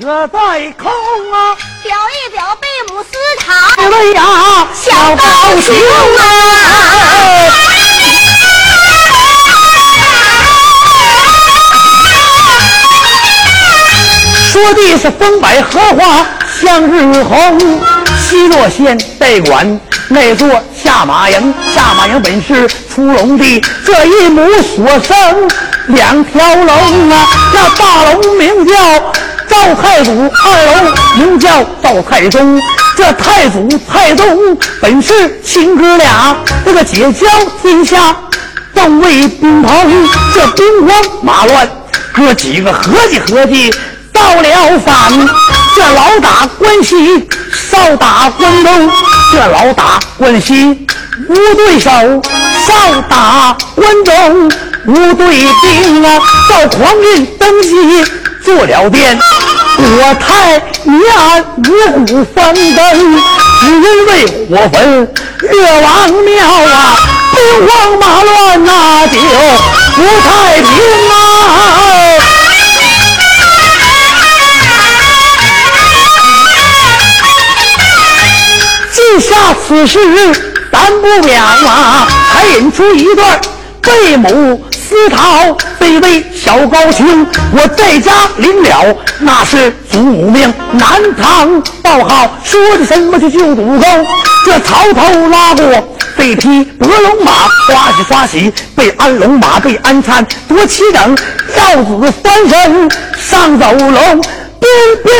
可在空啊啊，表一表贝姆斯塔，哎呀，小啊报熊啊！说的是风摆荷花向日红，西落仙代管那座下马营，下马营本是出龙的这一母所生两条龙啊，那大龙名叫赵太祖，二龙名叫赵太宗。这太祖太宗本是亲哥俩，这个结交天下众位宾朋，这兵荒马乱，哥几个合计合计，造了反。这老打关西，少打关东，这老打关西无对手，少打关东无对兵啊！赵匡胤登基做了殿，我太尼安五谷翻灯，只因为火焚越王庙啊，兵荒马乱那、就不太平啊！记下此事，咱不了啊！还引出一段贝母私逃，卑微小高兄，我在家领了，那是祖母命。南唐报号说的什么去救主公？这曹操拉过被劈伯龙马，刷洗刷洗被安龙马被安参夺七等，耀子翻身上走龙，鞭鞭。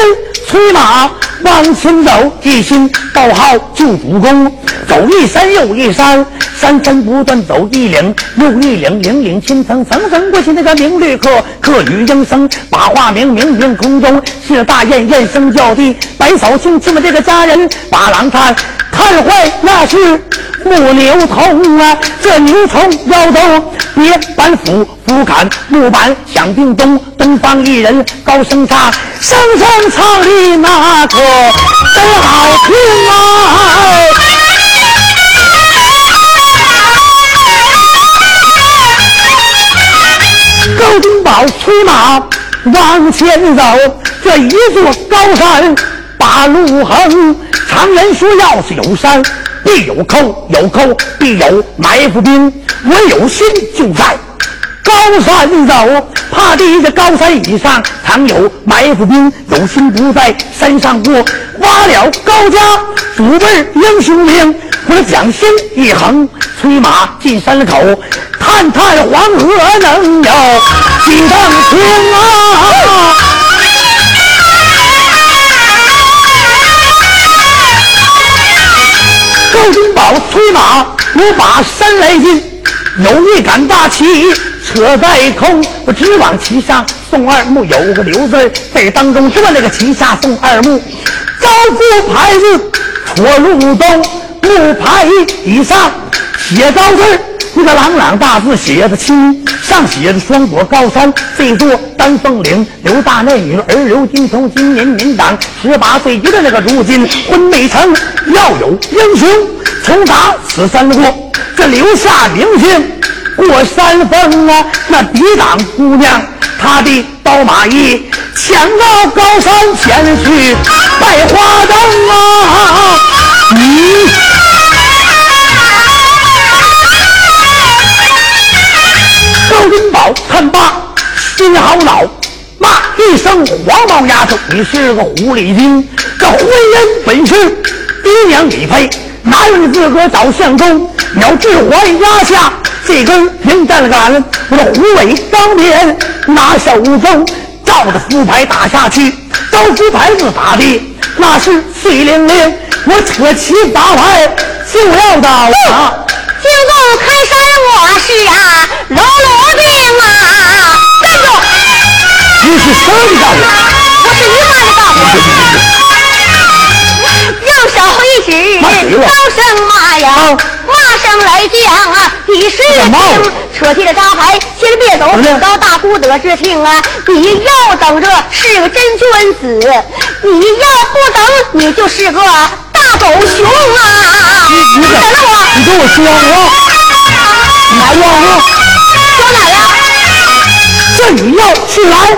催马往前走，一心报号救主公。走一山又一山，山山不断走一岭又一岭，岭岭千层层层过去那个名律客，客语应声把话明，明明空中是大雁，雁声叫地。白嫂亲亲们这个家人，把郎看看坏那是木牛头啊，这牛头腰兜别板斧，斧砍木板响叮咚。东方一人高声唱，声声唱的那可真好听啊！高丁宝催马往前走，这一座高山把路横。常人说，要是有山，必有沟，有沟必有埋伏兵。我有心就在高山走，怕的这高山以上常有埋伏兵，有心不在山上过。挖了高家祖辈儿英雄名，我的掌心一横，催马进山口，探探黄河能有几丈青啊！高君宝催马，我把山来进，有一杆大旗扯在空，我直往旗上送二目，有个刘字儿在当中，这那个旗下送二目，招呼牌子戳入兜，木牌以上写招字儿那个朗朗大字写的清，上写着双果高山，这座丹凤岭。刘大内女儿刘金童，今年年长十八岁，觉得那个如今婚未成，要有英雄从打此山过，这留下名姓过山峰啊。那抵挡姑娘，她的刀马衣，抢到高山前去拜花灯啊！你、高君宝看罢，心好恼，骂一声黄毛丫头，你是个狐狸精！这婚姻本是爹娘匹配，哪有你自个儿找相公？你要志怀压下这根平战杆，我这虎尾钢鞭拿手中，照着福牌打下去，招福牌子打的那是碎零零，我扯旗拔牌就要倒啊！金钩开山，我是啊，喽啰兵啊！站住！你是生的大人。我是一贯的大 人。右手一指，骂谁了高声骂呀啊，骂声来将啊，比试怎么听，扯起了扎牌，先别走，怎么的高大姑得知听啊，你要等着是个真君子，你要不等，你就是个大狗熊啊！你等等着我。你跟我说我来呀我，说哪呀？这你要是来，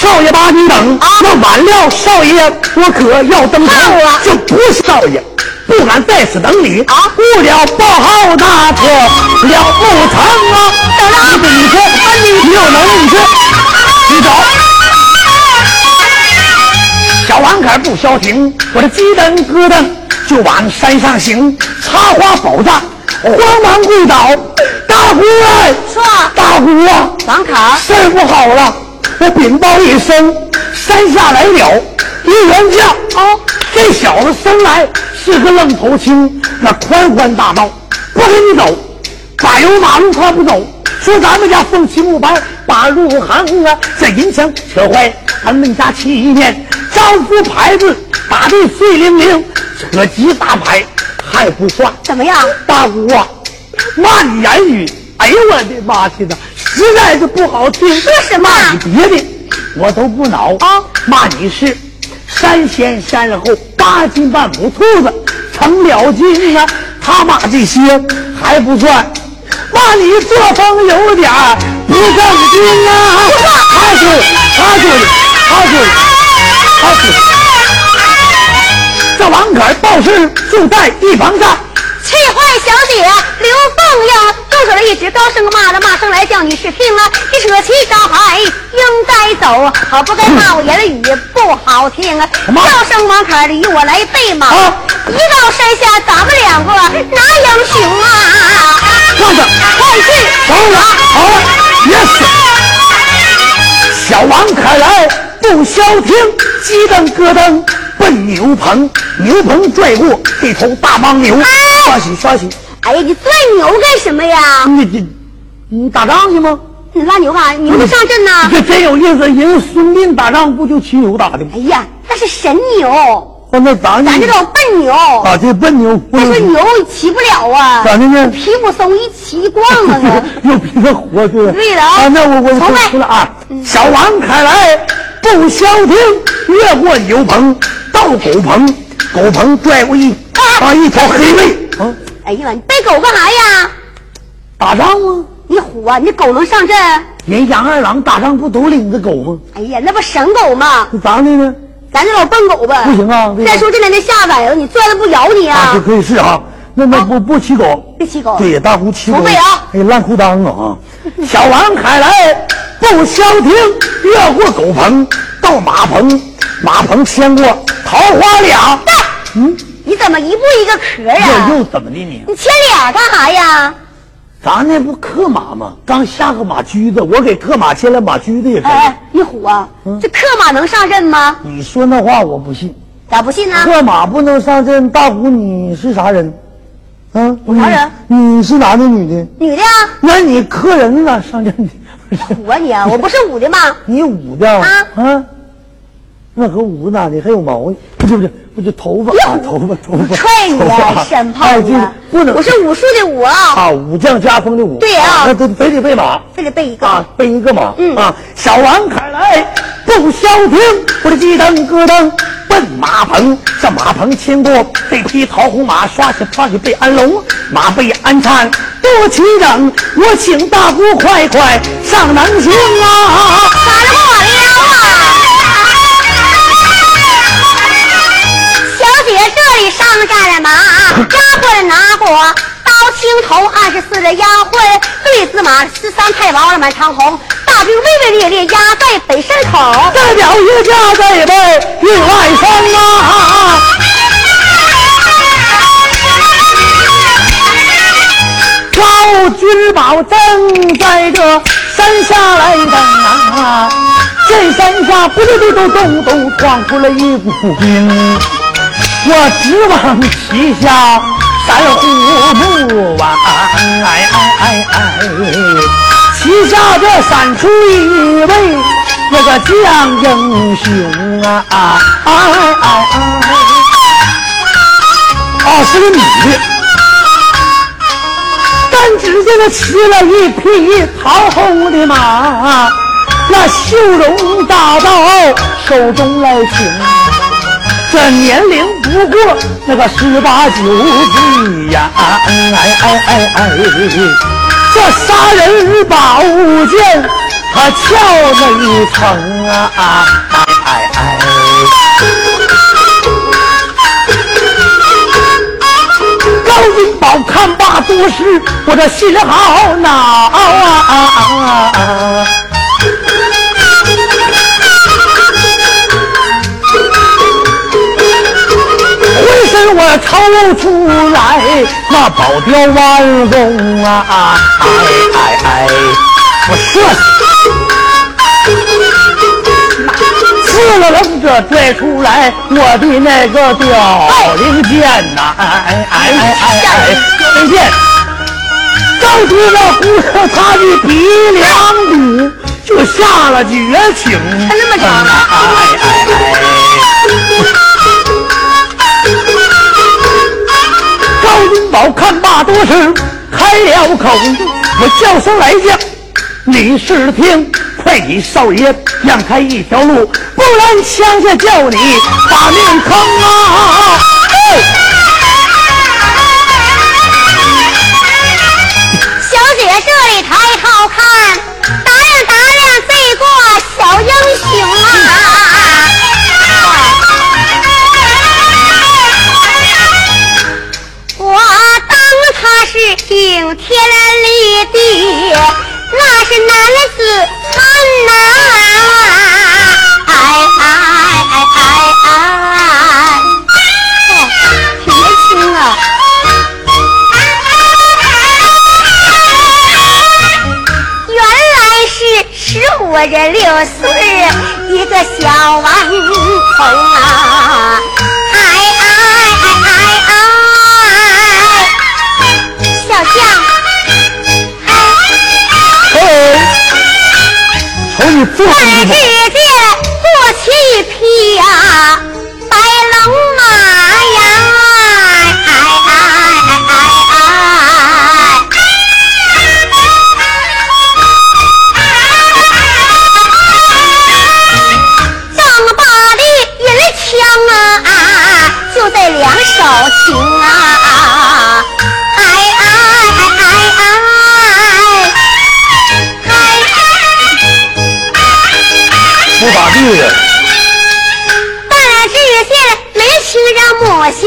少爷把你等；要晚反料少爷，我可要登堂到了就不是少爷，不敢在此等你啊误了报号那错了不成啊！你这你说，你有能力你说，你走。小王杆不消停，我这鸡噔咯噔就往山上行，插花宝杖，慌忙跪倒，大姑哎，说大姑啊，王口儿事儿不好了，我禀报一声，山下来了一员将。哦，这小子生来是个愣头青，那宽宽大道不跟你走，柏油马路他不走。说咱们家凤旗木牌把路行啊，这银枪扯坏，咱们家旗一面，张夫牌子打得碎零零，扯急大牌还不算。怎么 样？大姑啊，骂你言语，哎呦我的妈去的，实在是不好听。说什么骂你别的，我都不恼啊骂你是山前山后八斤半母兔子，成了精啊！他骂这些还不算，骂你作风有点儿不正经啊！他说的，他说的，他说的，他说的。这王杆报事就在一旁站。气坏小姐啊刘凤英，动手了一直高声骂了骂声来叫你是听啊！你扯旗招牌应该走，啊可不该骂我言语不好听啊！什么叫声王凯离我来备马，啊一到山下咱们两个哪英雄啊？放着，快去！等了，好了，yes。小王凯来不消停，鸡噔咯噔奔牛棚，牛棚拽过这头大帮牛，刷洗刷洗，哎呀，你钻牛干什么呀？你你你打仗去吗？你拉牛干？牛子上阵呢？这真有意思，人家孙膑打仗不就骑牛打的吗哎？呀，那是神牛，哦那咱咱这种笨牛，打这笨牛，不那能说牛骑不了啊。咋的呢？皮不松，一骑光了呢。 又比他活对吧？对了啊啊，那我我重来我出了啊！小王凯来不消停，越过牛棚到狗棚，狗棚拽过一啊一条黑背啊，哎呀妈，你背狗干啥呀？打仗吗？你虎啊？你狗能上阵？人杨二郎打仗不都领着狗吗？哎呀，那不神狗吗？那咱的呢？咱这老笨狗吧。不行啊这个再说这两天下崽子，你拽了不咬你啊，啊就？可以是啊。那那不不骑狗，别骑狗对呀，大姑骑狗。驼背哦啊哎，烂裤裆 啊！小王凯来不消停，越过狗棚到马棚，马棚牵过桃花俩。嗯，你怎么一步一个壳啊哎呀、这又怎么的你？你牵俩干啥呀？咱那不克马吗？刚下个马驹子，我给克马牵了马驹子也可以。哎，你虎啊？嗯这克马能上阵吗？你说那话我不信，咋不信呢？克马不能上阵。大姑你是啥人？啊，我啥人你？你是男的女的？女的呀、那你克人呢？上阵去？虎啊你啊！我不是武的吗？你五的啊那和五哪里还有毛？不是不是不是头发啊，头发头发，踹你头发啊，沈胖哎子这个！不能我是武术的武啊，啊，武将加风的武，对啊那都非得备马非得背一个。啊，备一个马嗯啊，小王凯来不消停，我的鸡噔咯噔奔马棚，这马棚牵过这匹桃红马，刷起刷起被安龙，马背安颤多齐整，我请大姑快快上南行啊！咋了不往撩啊？小姐这里上战了马，丫鬟拿过刀青头，二十四的丫鬟对司马十三太保了满长虹，大兵威威烈烈压在北山口。代表一家这一辈另外三啊！高君宝正在这山下来等啊，这山下咕嘟嘟嘟咚咚闯出了一股兵，我直往旗下闪虎目啊！哎哎哎哎，旗下这闪出一位那个将英雄啊！啊哎哎哎，啊是个女的。但只见他骑了一匹桃红的马，那绣绒大刀手中来擎，这年龄不过那个十八九岁呀、哎哎哎哎，这杀人宝剑他翘那一层啊，哎哎哎。高金宝看罢多时，我这心好恼啊！回身我抽出来那宝雕弯弓啊，哎哎哎，我射刺了棱着拽出来我的那个凋零剑呐，哎哎哎哎哎，凋零剑，照出那姑娘她的鼻梁骨就下了绝情，还那么长呢哎哎哎。高金宝看罢多时，开了口，我叫声来将，你是听，快给少爷让开一条路，不然枪下叫你把命坑啊！小姐这里太好看，打量打量这个小英雄啊！我当他是顶天立地，那是男子汉呐、哎哎哎哎哎！哦，挺年轻啊。原来是十五这六岁一个小顽童啊！哎哎哎哎哎！小将，哎，瞅你做再工只夫，见坐骑一匹呀、白龙马呀！哎哎哎哎哎！丈八的银枪啊，就在两手擎啊！哎哎哎哎哎！哎不咋地呀，半了只见眉清让抹袖，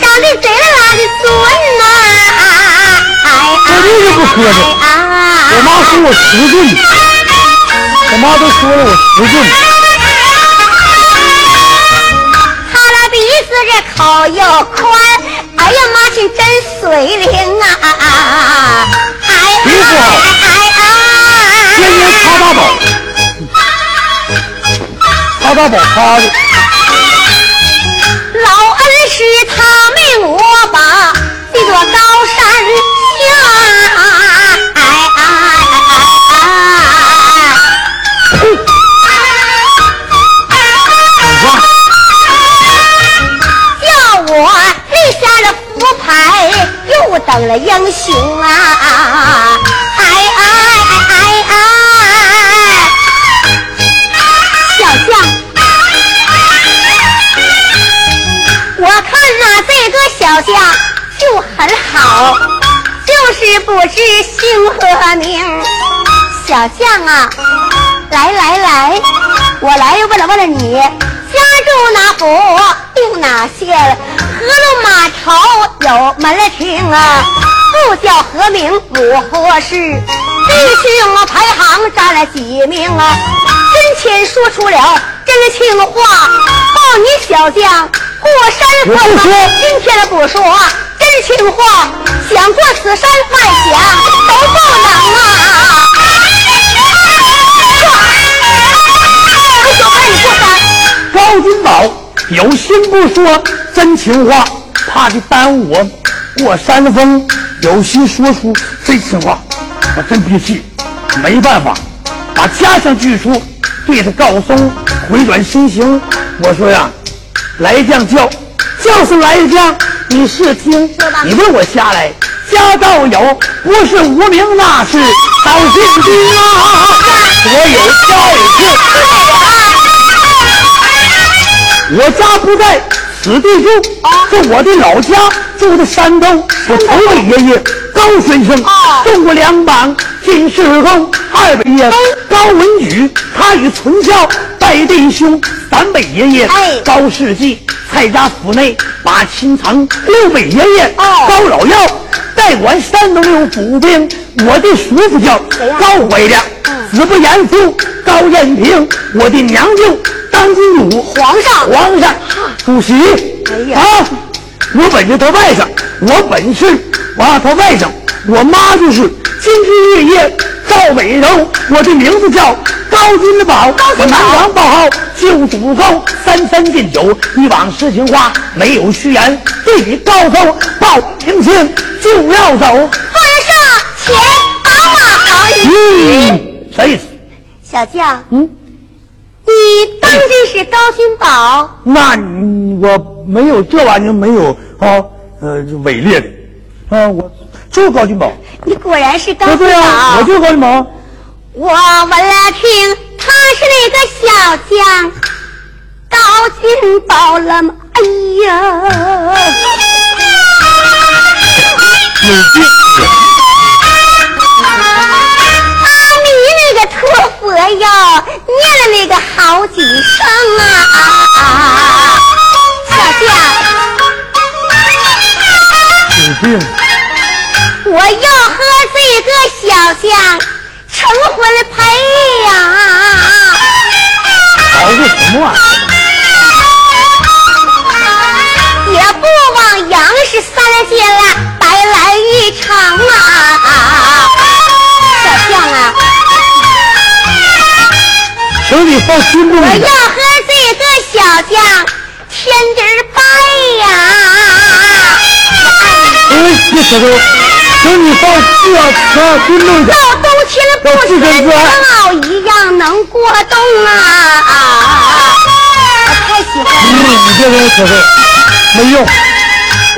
长得贼拉的俊呐！哎我这就不磕碜，我妈说我迟钝，我妈都说了我迟钝，哈拉鼻子这口又宽，哎呀妈，亲真水灵啊！哎鼻子哎好哎哎！天天擦大宝，擦大宝擦的，老恩师他命我把这座高山下，哎哎哎哎哎！哇，叫我立下了福牌，又等了英雄啊！哎哎哎哎哎！小将，我看呐、这个小将就很好，就是不知姓和名。小将啊，来来来，我来问了问了你，家住哪府，定哪县？河路码头有门来听啊，不叫何名母何氏，地区我排行占了几名啊？真前说出了真情话，报你小将过山我关不吧说今天的不说真情话，想过此山万险都不能啊！不行，那你过山。高金宝有心不说真情话，怕你耽误我过山峰；有心说出真情话，我真憋气，没办法，把家乡巨书对他告松，回转身形。我说呀，来将叫，叫是来将，你是听吧，你问我下来，家道有，不是无名，那是当姓丁啊！我有家有姓。我家不在此地住，这我的老家住在山东。我头尾爷爷高先生哦种过两榜进士功，二位爷高文举，他与存孝拜弟兄，三位爷爷哎高世济，蔡家府内把亲藏，六位爷爷哦高老耀，代管山东六府兵，我的叔父叫哎呀嗯高回亮，子不严父高彦平，我的娘舅当金母，皇上皇上，主席，哎呀啊，我本是他外甥，我本是啊他外甥，我妈就是金枝玉叶赵美柔，我的名字叫高金的宝，我南阳报号旧祖高三三进九，一往诗情话没有虚言，对你高奏报明星就要走，奉上前把马行于。嗯，啥意思？小将，嗯，你当真是高君宝？那你我没有这玩意儿没有啊，呃，伪劣的啊，我就是高金宝。你果然是高啊，君对啊，我宝。就是高金宝。我闻了听，他是那个小将，高君宝了吗？哎呀！阿弥那个陀佛哟，念了那个好几声啊！小将，有病，我要和这个小将成婚配呀、捣鼓什么玩意啊儿？也不枉杨氏三姐了，白来一场啊！小将啊，请你放心吧，我你要和这个小将天底儿拜呀、哎，别扯犊，请你放心啊，啊，尊重一下。到冬天不全袄一样能过冬啊！哎我太喜欢嗯你你别跟我扯犊，没用。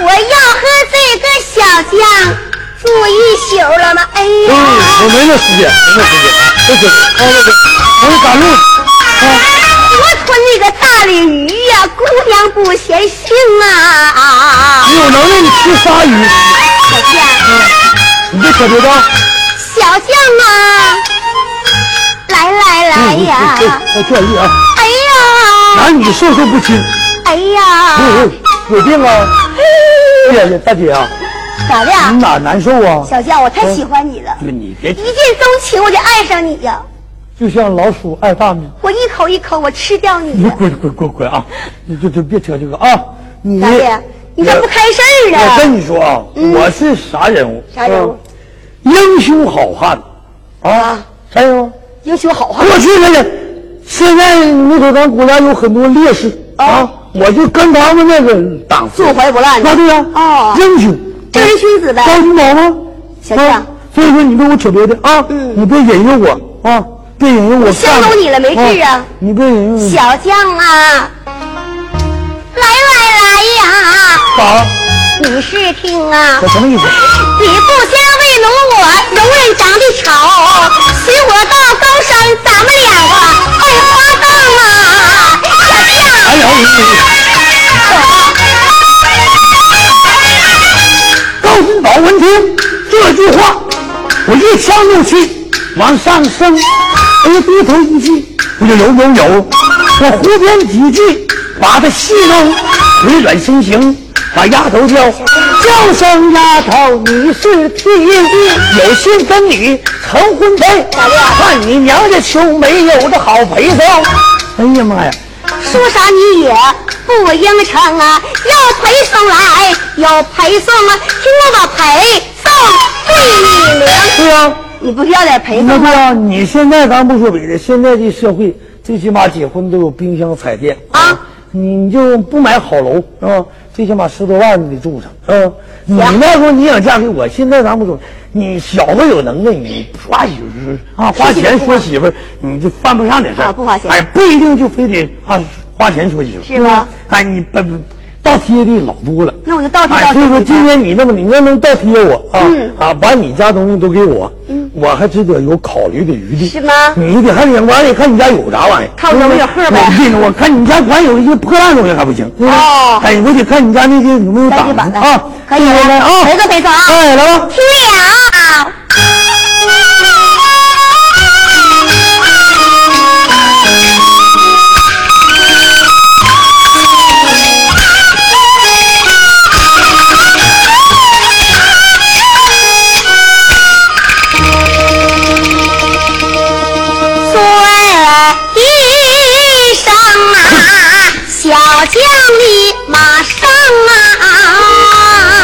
我要和这个小将住一宿了吗？哎嗯，我呀，没那时间，没那时间，不行，啊，不行，我得赶路。啊，活吞那个大鲤鱼呀、姑娘不嫌腥啊！你有能耐你吃鲨鱼，小将，你别扯犊子啊。小将啊，来来来嗯哎呀！嗯嗯这这啊，哎呀，男女授受不亲。哎呀，嗯嗯，有病啊！哎呀呀，大姐啊，咋的？你哪难受啊？小将，我太喜欢你了，就你别一见钟情我就爱上你呀！就像老鼠爱大米，我一口一口我吃掉你你呀！滚滚滚滚啊！你就就别扯这个啊！你咋的？你咋不开事儿呢？我跟你说啊，我是啥人物？嗯啥人物啊？英雄好汉啊啊！啥人物？英雄好汉过去那个，现在那个咱国家有很多烈士啊，我就跟他们那个档次。怀不乱啊，对呀，哦英雄，啊正人君子呗高君宝吗？小将啊所以说你别给我扯别的啊，嗯你别引诱我啊，别引诱我干。相中你了没治啊你别引诱我。小将啊，来来来呀，好，你是听啊，我什么意思？吕布先为奴我，容忍长得丑，随我到高山，咱们俩啊，爱花葬啊，小将。哎呀，高君宝闻听这句话，我一腔怒气往上升，哎，低头一记，我就有有有，我胡编几句把他戏弄，回转身形把丫头叫，叫声丫头你是天有心跟你成婚配，看你娘家穷没有的好陪送。哎呀妈呀！说啥你也不应承啊，要陪送来有陪送啊，听我把陪送对你领。对呀、你不是要点陪那送不吗？啊，你现在咱不说别的，现在这社会最起码结婚都有冰箱、彩电啊，你就不买好楼啊，最起码十多万你得住上啊。你那时候你想嫁给我，现在咱不说，你小子有能耐，你花媳妇儿啊，花钱说媳妇儿，你就犯不上点事儿啊不花钱哎，不一定就非得啊花钱说媳妇儿，是吗？哎，你不不倒贴的老多了。那我就倒贴 哎，倒所以说贴今你吧。天你那么，你要能倒贴我啊、嗯啊，把你家东西都给我，我还值得有考虑的余地，是吗你得还得完了，看你家有啥玩意儿，看我有没有货呗我对了我看你家管有一些破烂东西还不行，对不对哦哎，我得看你家那些有没有来档一把子来啊，可以对不对了啊，陪送陪送啊！哎，来吧，听了。啊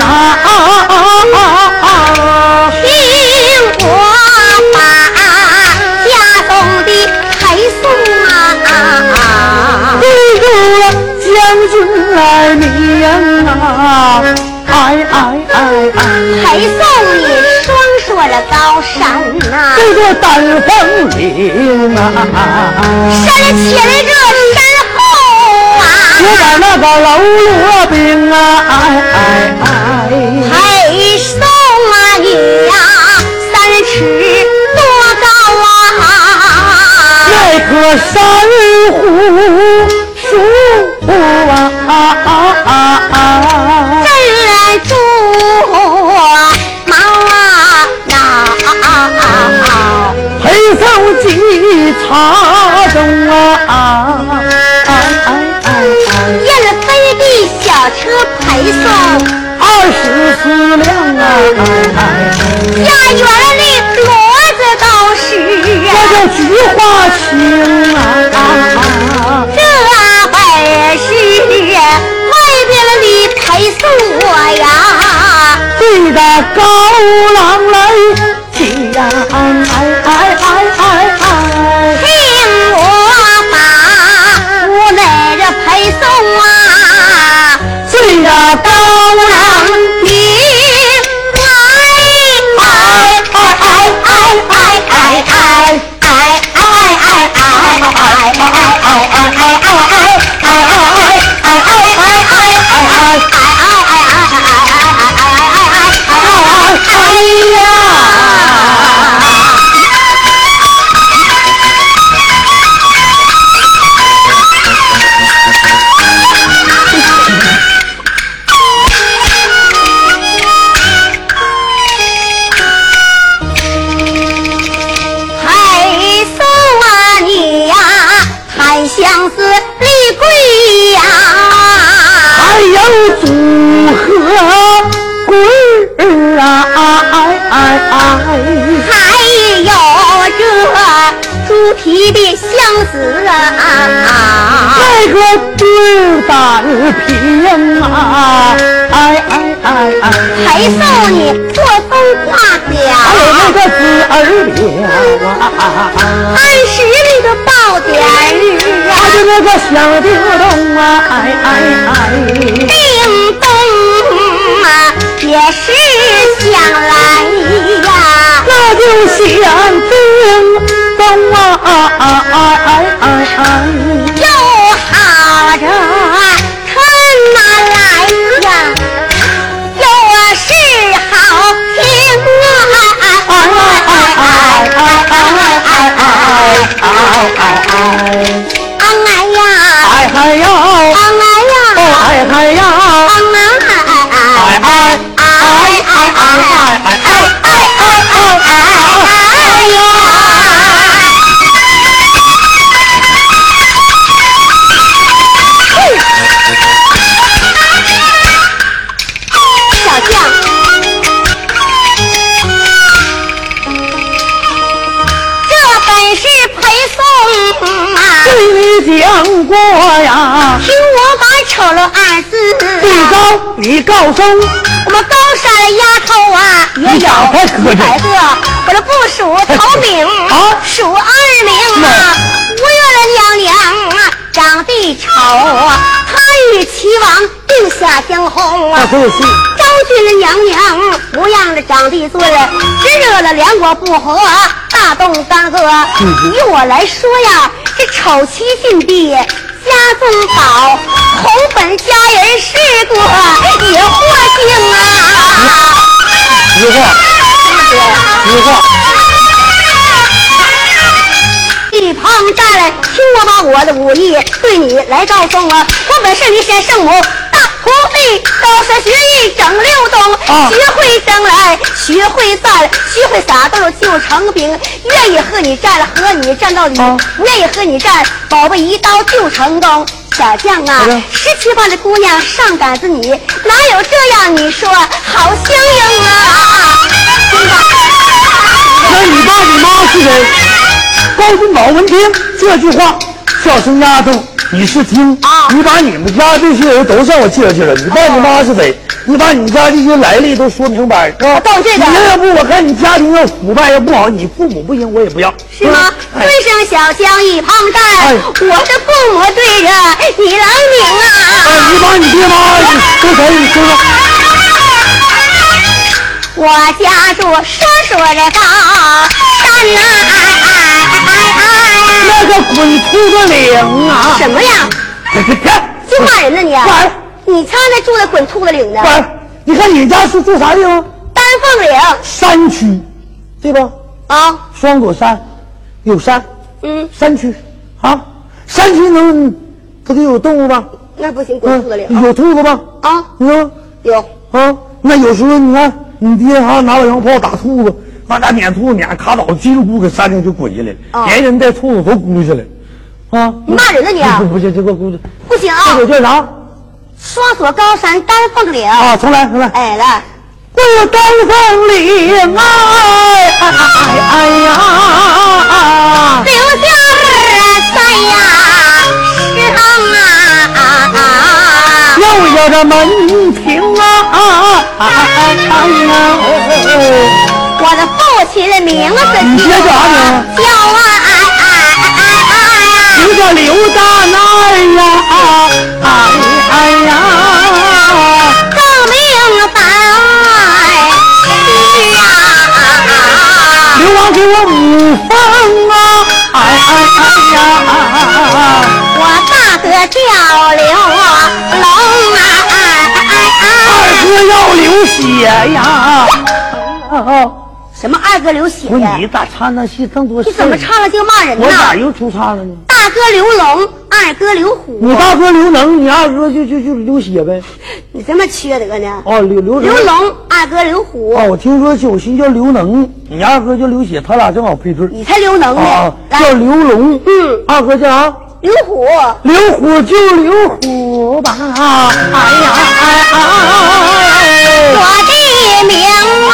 啊啊啊，哎哎哎哎，陪送啊你双硕了高山呐、这个丹凤岭啊，山前这山后啊，有点那个喽啰兵啊，哎哎哎，陪送啊你呀、三尺多高啊，那棵珊瑚树啊啊啊啊，镇住毛啊脑。陪送几茶中啊，哎哎哎哎。燕了嗯飞的小车陪送。二十四两啊，家园里骡子都是这啊，叫菊花青啊，这本是外边里陪送我呀，对的高郎来起呀，哎哎哎哎哎，听我把屋内这陪送啊，对的高让郎你来哎哎哎哎哎哎哎哎哎哎哎哎。哎送啊你呀，檀香似立桂呀，还有组合棍儿啊，哎哎哎，还有这猪皮的箱子啊，那个对胆平啊，哎哎哎哎。还送你做风挂还有那点，个紫耳饼啊，按时那个爆点儿啊，还有那个小叮咚啊，哎哎哎，叮咚啊，也是响来呀。那就响叮咚啊啊啊哎哎哎，又好着春呐来呀，又是好听啊！哎哎哎哎哎哎哎哎，啊哎呀，哎嗨哟，啊哎呀，哦哎嗨哟，啊哎哎哎哎哎哎哎哎哎哎呀！小将。这本是陪送啊，对你讲过呀，听我把丑陋二最字啊，高你告诉我们高山的丫头啊也你有哪块胳一膊百个，我啊这不数头名啊数二名啊，吴月了娘娘啊长得丑啊，她与齐王定下江红啊那。不是。昭君的娘娘模样的长得尊，只惹了两国不和，大动干戈。嗯以我来说呀，这丑妻禁闭，家中宝，红本佳人是个也祸精啊！实话， 实话，一旁站来，听我把我的武艺对你来告诉啊！我本是云仙圣母，大徒弟，高山学艺整六冬，啊学会争来，学会散，学会撒豆就成兵。愿意和你战，和你战到底；啊不愿意和你战，宝贝一刀就成功。小将啊哎呀，十七八的姑娘上杆子你，哪有这样？你说好相应啊！真的那你爸你妈是人。高君宝闻听这句话，小心丫头你是金啊你把你们家这些人都向我介绍了，你爸你妈是谁？你把你家这些来历都说明白，是吧？懂这个你要不我看你家庭要腐败要不好，你父母不行我也不要，是吗？哎尊生小香一旁站，哎我的父母对着你郎明哎啊。你把你爹妈跟谁？你说说。我家住说说的高山呐、哎那个鬼哭的灵啊！什么呀？这这这，净骂人呢你、干啊啥？你瞧那住的滚秃子岭的干啥你看你家是住啥地方？丹凤岭山区，对吧？啊，双朵山，有山，嗯，山区啊，山区能不得有动物吧？那不行，滚嗯秃子岭、有兔子吧？啊，你看有。啊，那有时候你看你爹哈、拿老洋炮打兔子，那家撵兔子撵卡倒，叽里咕噜给山上就滚下来啊了，连人带兔子都咕噜下来了，啊！你骂人呢你啊不不行，这个咕噜，不行啊这，个叫啥？双锁高山丹凤岭，啊，重来，重来。哎来，我有丹凤岭啊，哎哎哎哎呀！留下儿在呀，师行啊啊啊，又有这门庭啊，哎哎哎呀！我的父亲的名字嗯你爹叫啥名叫啊啊啊啊啊啊！一个刘大奶呀，哎哎呀！更明白是啊，刘王给我五封啊，哎哎哎呀！哎我大哥叫刘龙啊啊啊啊！二哥要流血呀！什么二哥流血不是呀？你咋唱那戏这么多事你怎么唱了就骂人呢我？咋又出岔了呢？大哥刘龙，二哥刘虎，你大哥刘能，你二哥就就就流血呗。你这么缺德呢？哦，刘刘刘龙，二哥刘虎，哦，我听说九溪叫刘能，你二哥叫刘血，他俩正好配对儿。你才刘能啊呢！，叫来，刘龙，嗯，二哥叫啥？刘虎，刘虎就刘虎吧。哎呀，哎我哎哎，的名啊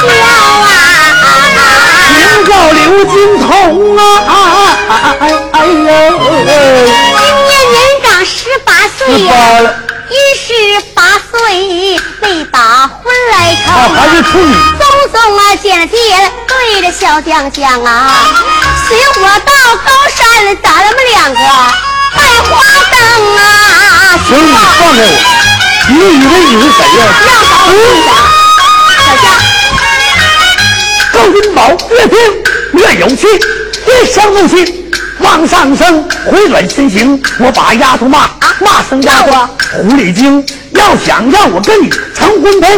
叫啊啊啊，名叫刘金童啊！哎哎哎呀，今年年长十八岁十呀、八了，一十八岁没把婚来成、啊，还是处女。松松啊，简简对着小将讲啊，随我到高山，咱们两个拜花灯啊！行，你放开我，你以为你是谁呀、让宝地的小将，高君宝越听越有趣，一声怒气往上升，回转身形，我把丫头啊骂，骂声丫头狐狸精。要想让我跟你成婚配，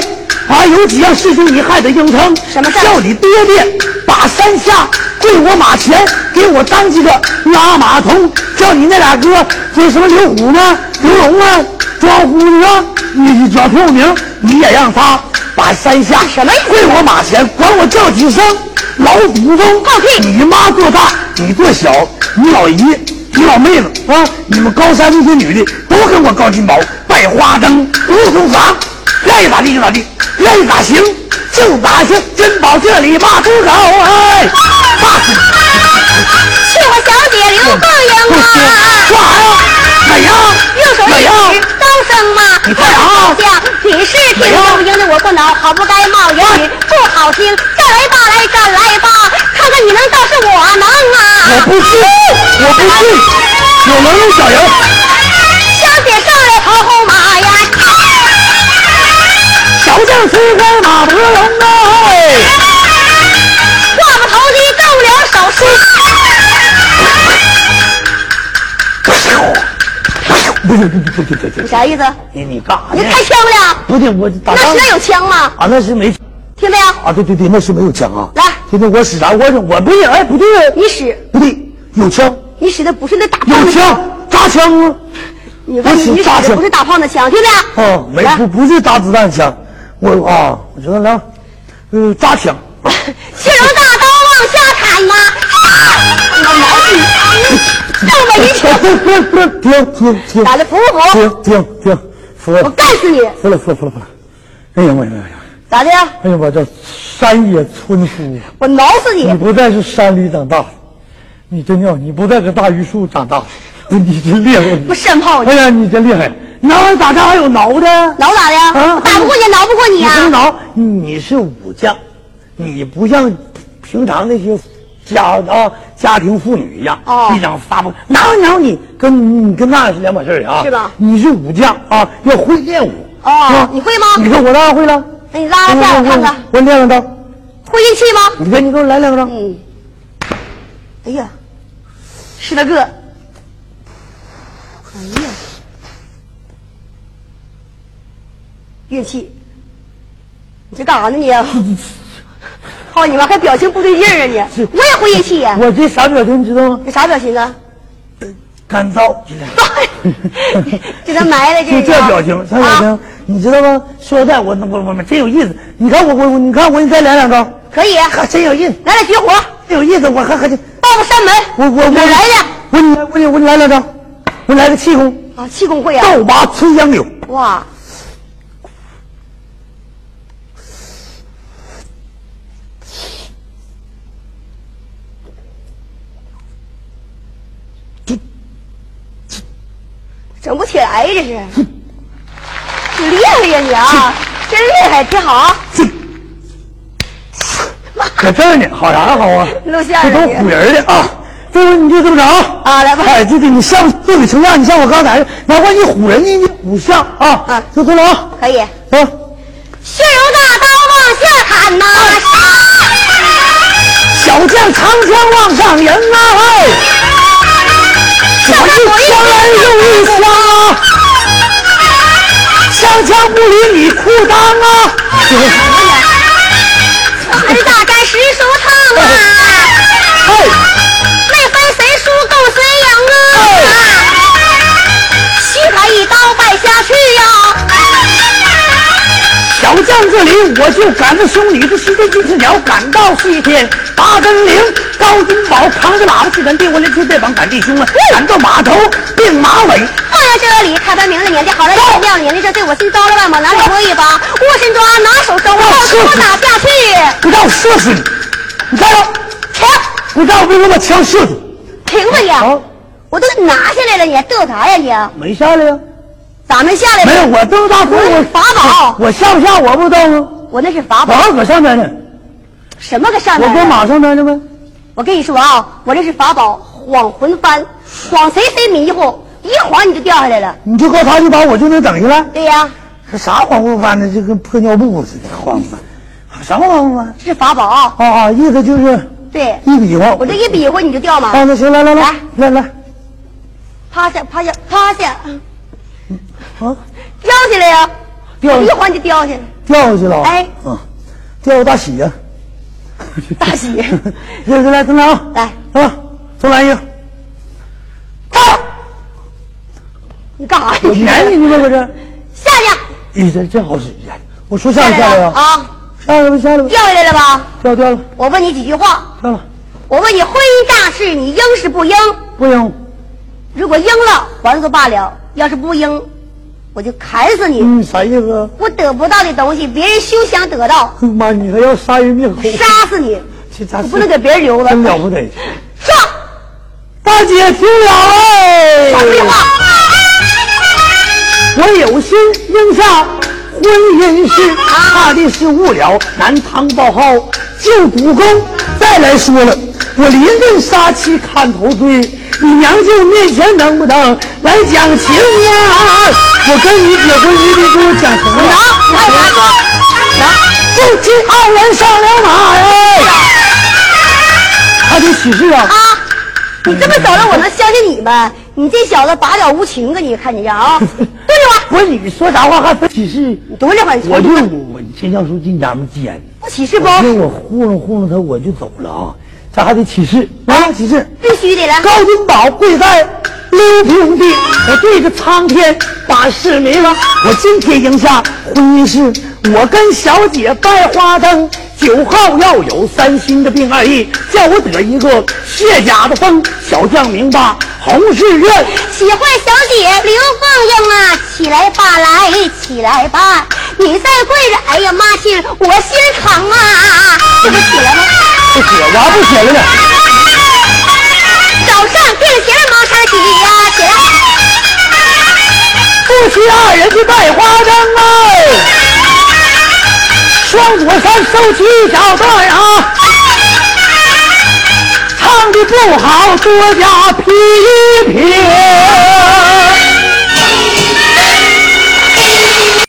啊，有几样事情你还得应承。什么事儿叫你爹爹把山下跪我马前，给我当几个拉马童。叫你那俩哥，这什么刘虎呢？刘龙啊，庄虎呢？你你只要听我名，你也让他把山下什么意思跪我马前，管我叫几声老祖宗。放屁！你妈做大，你做小，你老姨，你老妹子啊，你们高山那些女的都跟我高金宝拜花灯，如同啥，愿意咋地就咋地，愿意咋行就咋行。金宝这里骂出口，啊哎，骂死你！是我小姐刘凤不英行，啊！干啥呀？美呀，右手美一呀，指，高声骂。你啊干啥小将，你是听不应的，我不恼，好不该冒言语，不好听。战来吧，来战来吧，看看你能倒是我能我啊！不信，我不信，有能有小人，小姐上来头红马呀！小将吹开马伯龙 哎。挂不头的动了手术，不是不是不是不你是，啥意思？你你干啥你呢？开枪了？不对，我打那仗实在有枪吗？啊，那是没听没有？啊，对对对，那是没有枪啊。来对对，我使啥？我我不对，哎，不对，你使不对，有枪，你使的不是那打炮有的，枪，扎枪啊！你问你我你使使大的枪不是打炮的枪，听没有？哦，没来不不是扎子弹枪，我啊，我知道了，嗯，扎枪。青龙大刀往下砍 呐！这么一停停停停打的服不服？停停停，服我了干死你！服了服了服了服了！哎呀我呀呀！咋的？哎呀，我这山野村夫。我挠死你你！不再是山里长大的，你真叫你不再是大榆树长大的，你真厉害！不是山炮哎呀，你真厉害！拿完打仗还有挠的，挠咋的呀？啊我打不过你，挠不过你你啊！能挠？你是武将，你不像平常那些家啊家庭妇女一样，哦一掌发不挠挠你，跟你跟那是两码事儿啊。是吧你是武将啊，要会练武。哦是吧你会吗你看我当然会 了。嗯那你拉拉架我看看，我练两招。会运气吗？你看，你给我来两招。嗯。哎呀，是那个。哎呀，乐器，你这干啥呢你？ 好你妈还表情不对劲儿 啊你！我也会乐器哎呀，我这啥表情你知道吗？这啥表情 啊？干燥。这他埋的就这这表情，啥表情？啊你知道吗？说实在，我我我真有意思。你看我我我，你看我，你再来两招，可以，啊可真有意思，来点绝活，真有意思。我还还抱个山门，我我我哪儿来的？我你来我你我你来两招，我来个气功，啊，气功会啊！倒拔垂杨柳，哇，就整不起来呀，这是，挺厉害呀你啊，真厉害，挺好。这。搁这儿呢，好啥好啊？录像这呢都唬人的啊！这回你就这么着啊来吧哎，这这你像就得成样，你像我刚才，哪怕你唬人家，你唬像啊！啊就这么着啊！可以。啊血如大刀往下砍呐、啊小将长枪往上迎啊！嘿，左一枪来右一枪啊，枪枪不离你裤裆啊！儿哎大战实属烫啊，嘿，没分谁输够谁赢啊，须他一刀败下去呀、小将这里我就赶着兄弟的西天金翅鸟赶到西天八根灵高金宝扛着喇叭去咱地我连天带膀赶弟兄嗯啊，赶到码头并马尾放在哎这里，看他名字年纪，好了年亮年纪，这对我心糟了万把拿手摸一把，握身抓，拿手招，哎抱出打下去，不让我射死你！你站着，停不让我被我把枪射死！停吧你，好我都拿下来了你，嘚瑟啥呀你？没下来呀、啊咋没下来呢？没有，我这么大岁我数，是法宝我下不下我不知道吗？我那是法宝，马上搁上边呢，嗯什么个上面我啊？搁马上边呢呗。我跟你说啊，我这是法宝，晃魂幡，晃谁谁迷糊，一晃你就掉下来了。你就靠他一把，我就能整下来。对呀，这啥黄不翻的，就跟破尿布似的，啊黄不翻，什么黄不翻？这是法宝啊。啊啊，意思就是对，一比划。我这一比划你就掉嘛，啊，那行，来来来来来来，趴下趴下趴下，啊，掉下来呀、掉一晃就掉下来。掉下去了。哎嗯，掉个大喜呀！大 喜，来来来，重来啊！来，啊，重来一个。你干啥呀？我撵你呢吗？搁这，下去，咦，这真好使呀！我说下下来下来来了呀，啊，下来吧，下来吧，掉下来了吧？掉掉了，我问你几句话，掉了，我问你婚姻大事你应是不应？不行，如果应了还就罢了，要是不应，我就砍死你。嗯，啥意思啊？我得不到的东西，别人休想得到，妈，你还要杀人灭口？杀死你！这家我不能给别人留了。真了不得！上，大姐听了哎，少废话。我有心应下婚姻事，怕的是误了南唐报号进古宫。再来说了，我临阵杀妻看头追，你娘舅面前能不能来讲情呀？我跟你结婚，你得给我讲情能，啊！哎呀，能，夫妻二人上了马呀！他得起誓啊！啊！你这么走了，我能相信你吗？你这小子把点无情啊！你看你这 啊，蹲着吧，不是你说啥话还分起誓？你蹲着吧，你我就我真要说进咱们奸。不起是不？我听我糊弄糊弄他，我就走了啊！咱还得起誓啊！起誓，必须得来，高君宝跪在溜平地，我对着苍天把誓明了。我今天赢下婚姻事，我跟小姐拜花灯。九号要有三心的病二意，叫我得一个卸甲的风。小将明白红是愿，喜欢小姐刘凤英啊，起来吧，来，起来吧，你再跪着，哎呀妈亲，我心疼啊，这不起来吗？不写，我还不写了呢。早上定型毛衫起呀起，二人去卖花灯哎，双左三收起一小段啊，唱的不好多加批评。